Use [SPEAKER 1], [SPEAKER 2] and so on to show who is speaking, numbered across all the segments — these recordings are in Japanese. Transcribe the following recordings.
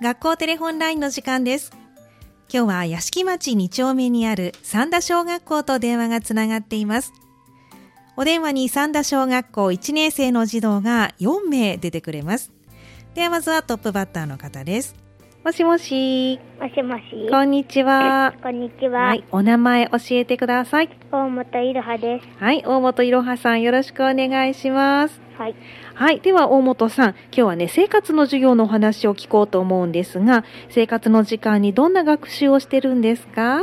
[SPEAKER 1] 学校テレホンラインの時間です今日は屋敷町2丁目にある三田小学校と電話がつながっていますお電話に三田小学校1年生の児童が4名出てくれますではまずはトップバッターの方ですもしもし
[SPEAKER 2] もしもし。
[SPEAKER 1] こんにちは
[SPEAKER 2] こんにちは。
[SPEAKER 1] はい、お名前教えてください
[SPEAKER 2] 大本いろはです。
[SPEAKER 1] はい、大本いろはさんよろしくお願いします
[SPEAKER 2] はい。
[SPEAKER 1] はい。では、大本さん、今日はね、生活の授業のお話を聞こうと思うんですが、生活の時間にどんな学習をしてるんですか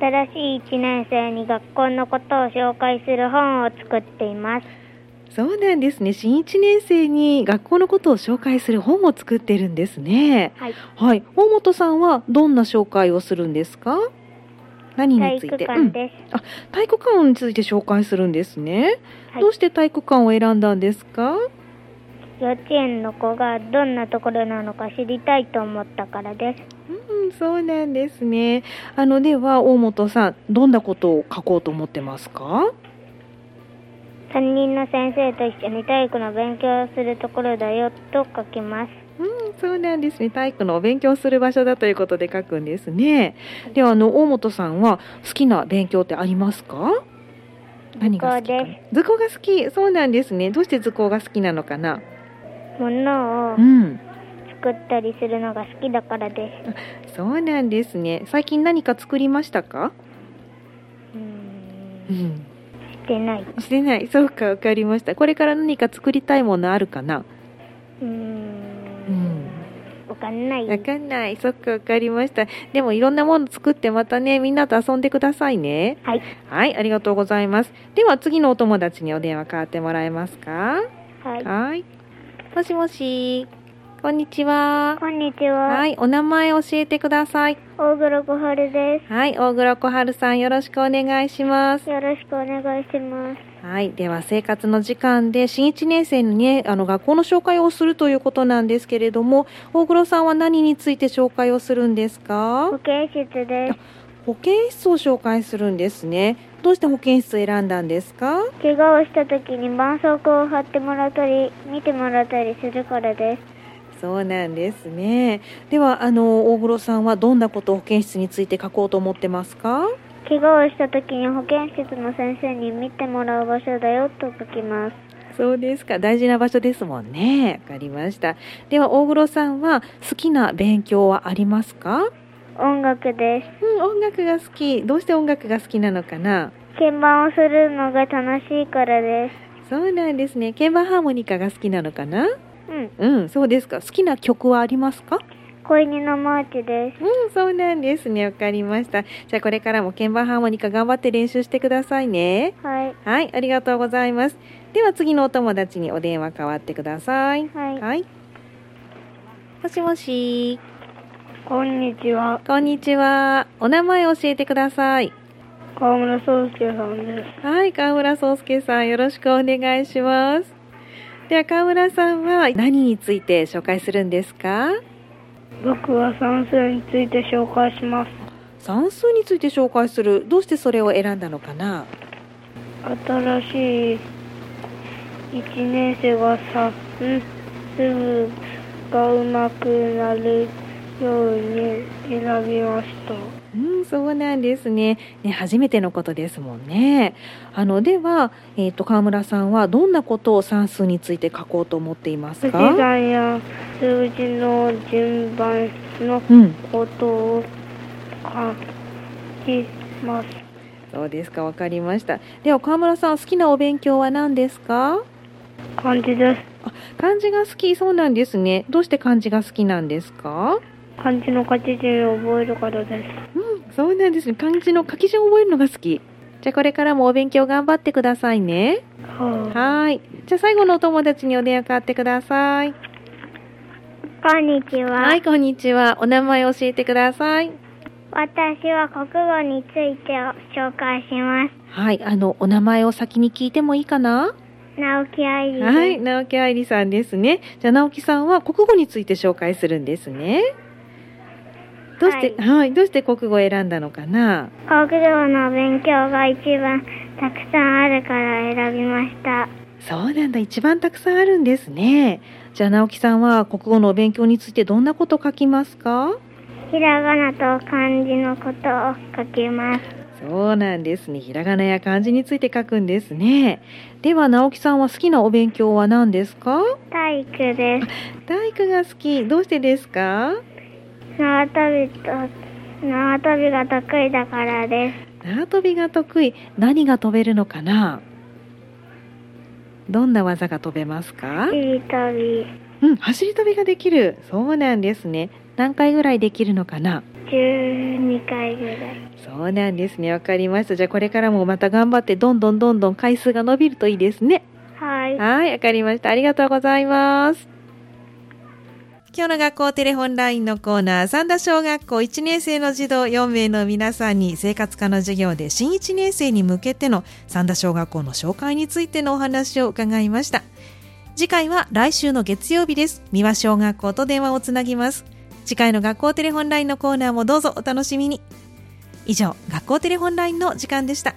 [SPEAKER 2] 新しい1年生に学校のことを紹介する本を作っています。
[SPEAKER 1] そうなんですね。新1年生に学校のことを紹介する本を作ってるんですね。
[SPEAKER 2] はい。
[SPEAKER 1] はい。大本さんはどんな紹介をするんですか何
[SPEAKER 2] 体
[SPEAKER 1] につい
[SPEAKER 2] 育
[SPEAKER 1] て、
[SPEAKER 2] 館です。
[SPEAKER 1] うん体育館について紹介するんですね、
[SPEAKER 2] はい
[SPEAKER 1] どうして体育館を選んだんですか
[SPEAKER 2] 幼稚園の子がどんなところなのか知りたいと思ったからです。
[SPEAKER 1] うん、そうなんですね。あのでは大本さん、どんなことを書こうと思ってますか？
[SPEAKER 2] 担任の先生と一緒に体育の勉強をするところだよと書きます。
[SPEAKER 1] うん、そうなんですね。体育のお勉強する場所だということで書くんですね。ではあの大本さんは好きな勉強ってありますか？何が好きかな
[SPEAKER 2] 図
[SPEAKER 1] 図工
[SPEAKER 2] 工
[SPEAKER 1] が好き。そうなんですね。どうして図工が好きなのかな？
[SPEAKER 2] 物を
[SPEAKER 1] うん、
[SPEAKER 2] 作ったりするのが好きだからです。
[SPEAKER 1] そうなんですね。最近何か作りましたか？
[SPEAKER 2] うーん
[SPEAKER 1] う。ん、
[SPEAKER 2] してない。う
[SPEAKER 1] してない。そうか、わかりました。これから何か作りたいものあるかな？
[SPEAKER 2] ー
[SPEAKER 1] うん
[SPEAKER 2] ん。わかんない。
[SPEAKER 1] わかんない。そっか、わかりました。でもいろんなもの作ってまたね、みんなと遊んでくださいね。
[SPEAKER 2] はい。
[SPEAKER 1] はい、ありがとうございます。では次のお友達にお電話変わってもらえますか
[SPEAKER 2] はい。
[SPEAKER 1] はい。もしもし。こんにちは。
[SPEAKER 2] こんにちは。
[SPEAKER 1] はい、お名前教えてください。
[SPEAKER 2] 大黒小春で
[SPEAKER 1] はい、大黒小春さんよろしくお願いします
[SPEAKER 2] す。。よろしくお願いします。
[SPEAKER 1] はい、では生活の時間で新1年生にね、あの学校の紹介をするということなんですけれども、大黒さんは何について紹介をするんですか
[SPEAKER 2] 保健室です。
[SPEAKER 1] 保健室を紹介するんですね。どうして保健室を選んだんですか
[SPEAKER 2] 怪我をした時に絆創膏を貼ってもらったり、見てもらったりするからです。
[SPEAKER 1] そうなんですね。では、あの、大黒さんはどんなことを保健室について書こうと思ってますか
[SPEAKER 2] 怪我をした時に保健室の先生に見てもらう場所だよと書きます。
[SPEAKER 1] そうですか。大事な場所ですもんね。わかりました。では、大黒さんは好きな勉強はありますか
[SPEAKER 2] 音楽です。
[SPEAKER 1] うん、音楽が好き。どうして音楽が好きなのかな
[SPEAKER 2] 鍵盤をするのが楽しいからです。
[SPEAKER 1] そうなんですね。鍵盤ハーモニカが好きなのかな
[SPEAKER 2] うん。
[SPEAKER 1] うん、そうですか。好きな曲はありますか
[SPEAKER 2] 子犬のマーチです。
[SPEAKER 1] うん、そうなんですね。わかりました。じゃあこれからも鍵盤ハーモニカ頑張って練習してくださいね。
[SPEAKER 2] はい。
[SPEAKER 1] はい、ありがとうございます。では次のお友達にお電話代わってください。
[SPEAKER 2] はい。
[SPEAKER 1] はい。もしもし。
[SPEAKER 2] こんにちは。
[SPEAKER 1] こんにちは。お名前教えてください。
[SPEAKER 2] 河村宗介さんです。
[SPEAKER 1] はい、川村宗介さん、よろしくお願いします。では川村さんは何について紹介するんですか
[SPEAKER 2] 僕は算数について紹介します。
[SPEAKER 1] 算数について紹介する。どうしてそれを選んだのかな
[SPEAKER 2] 新しい1年生は算数がうまくなるように選びました。
[SPEAKER 1] うん、そうなんですね。ね、初めてのことですもんね。あの、では、えっ、と、川村さんはどんなことを算数について書こうと思っています
[SPEAKER 2] 不
[SPEAKER 1] か。
[SPEAKER 2] 時間や数字の順番の
[SPEAKER 1] うん、
[SPEAKER 2] ことを書きます。
[SPEAKER 1] そうですか、わかりました。では、川村さん、好きなお勉強は何ですか。
[SPEAKER 2] 漢字です。
[SPEAKER 1] 漢字が好き、そうなんですね。どうして漢字が好きなんですか。
[SPEAKER 2] 漢字の書き順を覚えるからです。
[SPEAKER 1] うん、そうなんですね。漢字の書き順を覚えるのが好き。じゃあこれからもお勉強頑張ってくださいね。
[SPEAKER 2] は
[SPEAKER 1] はーい。じゃあ最後のお友達にお電話かわってください。
[SPEAKER 2] あ、こんにちは
[SPEAKER 1] はい、こんにちは。お名前教えてください。
[SPEAKER 2] 私は国語についてを紹介します。
[SPEAKER 1] はい、あの、お名前を先に聞いてもいいかな
[SPEAKER 2] 直木愛理です、
[SPEAKER 1] はい、直木愛理さんですね。じゃあ直木さんは国語について紹介するんですね。どうして、はい、どうして国語を選んだのかな
[SPEAKER 2] 国語の勉強が一番たくさんあるから選びました
[SPEAKER 1] そうなんだ、一番たくさんあるんですね。じゃあ直樹さんは国語のお勉強についてどんなこと書きますか
[SPEAKER 2] ひらがなと漢字のことを書きます。
[SPEAKER 1] そうなんですね。ひらがなや漢字について書くんですね。では直樹さんは好きなお勉強は何ですか
[SPEAKER 2] 体育です。
[SPEAKER 1] 体育が好き。どうしてですか
[SPEAKER 2] 縄跳びと縄跳びが得意だからです。
[SPEAKER 1] 縄跳びが得意。何が飛べるのかなどんな技が飛べますか
[SPEAKER 2] いい跳び
[SPEAKER 1] うん、走り跳びができる。そうなんですね。何回ぐらいできるのかな
[SPEAKER 2] 12回ぐらい。
[SPEAKER 1] そうなんですね。わかりました。じゃあこれからもまた頑張ってどんどんどんどん回数が伸びるといいですね。
[SPEAKER 2] はい。
[SPEAKER 1] はい、わかりました。ありがとうございます。今日の学校テレホンラインのコーナー、三田小学校1年生の児童4名の皆さんに生活科の授業で新1年生に向けての三田小学校の紹介についてのお話を伺いました。次回は来週の月曜日です。三輪小学校と電話をつなぎます。次回の学校テレホンラインのコーナーもどうぞお楽しみに。以上、学校テレホンラインの時間でした。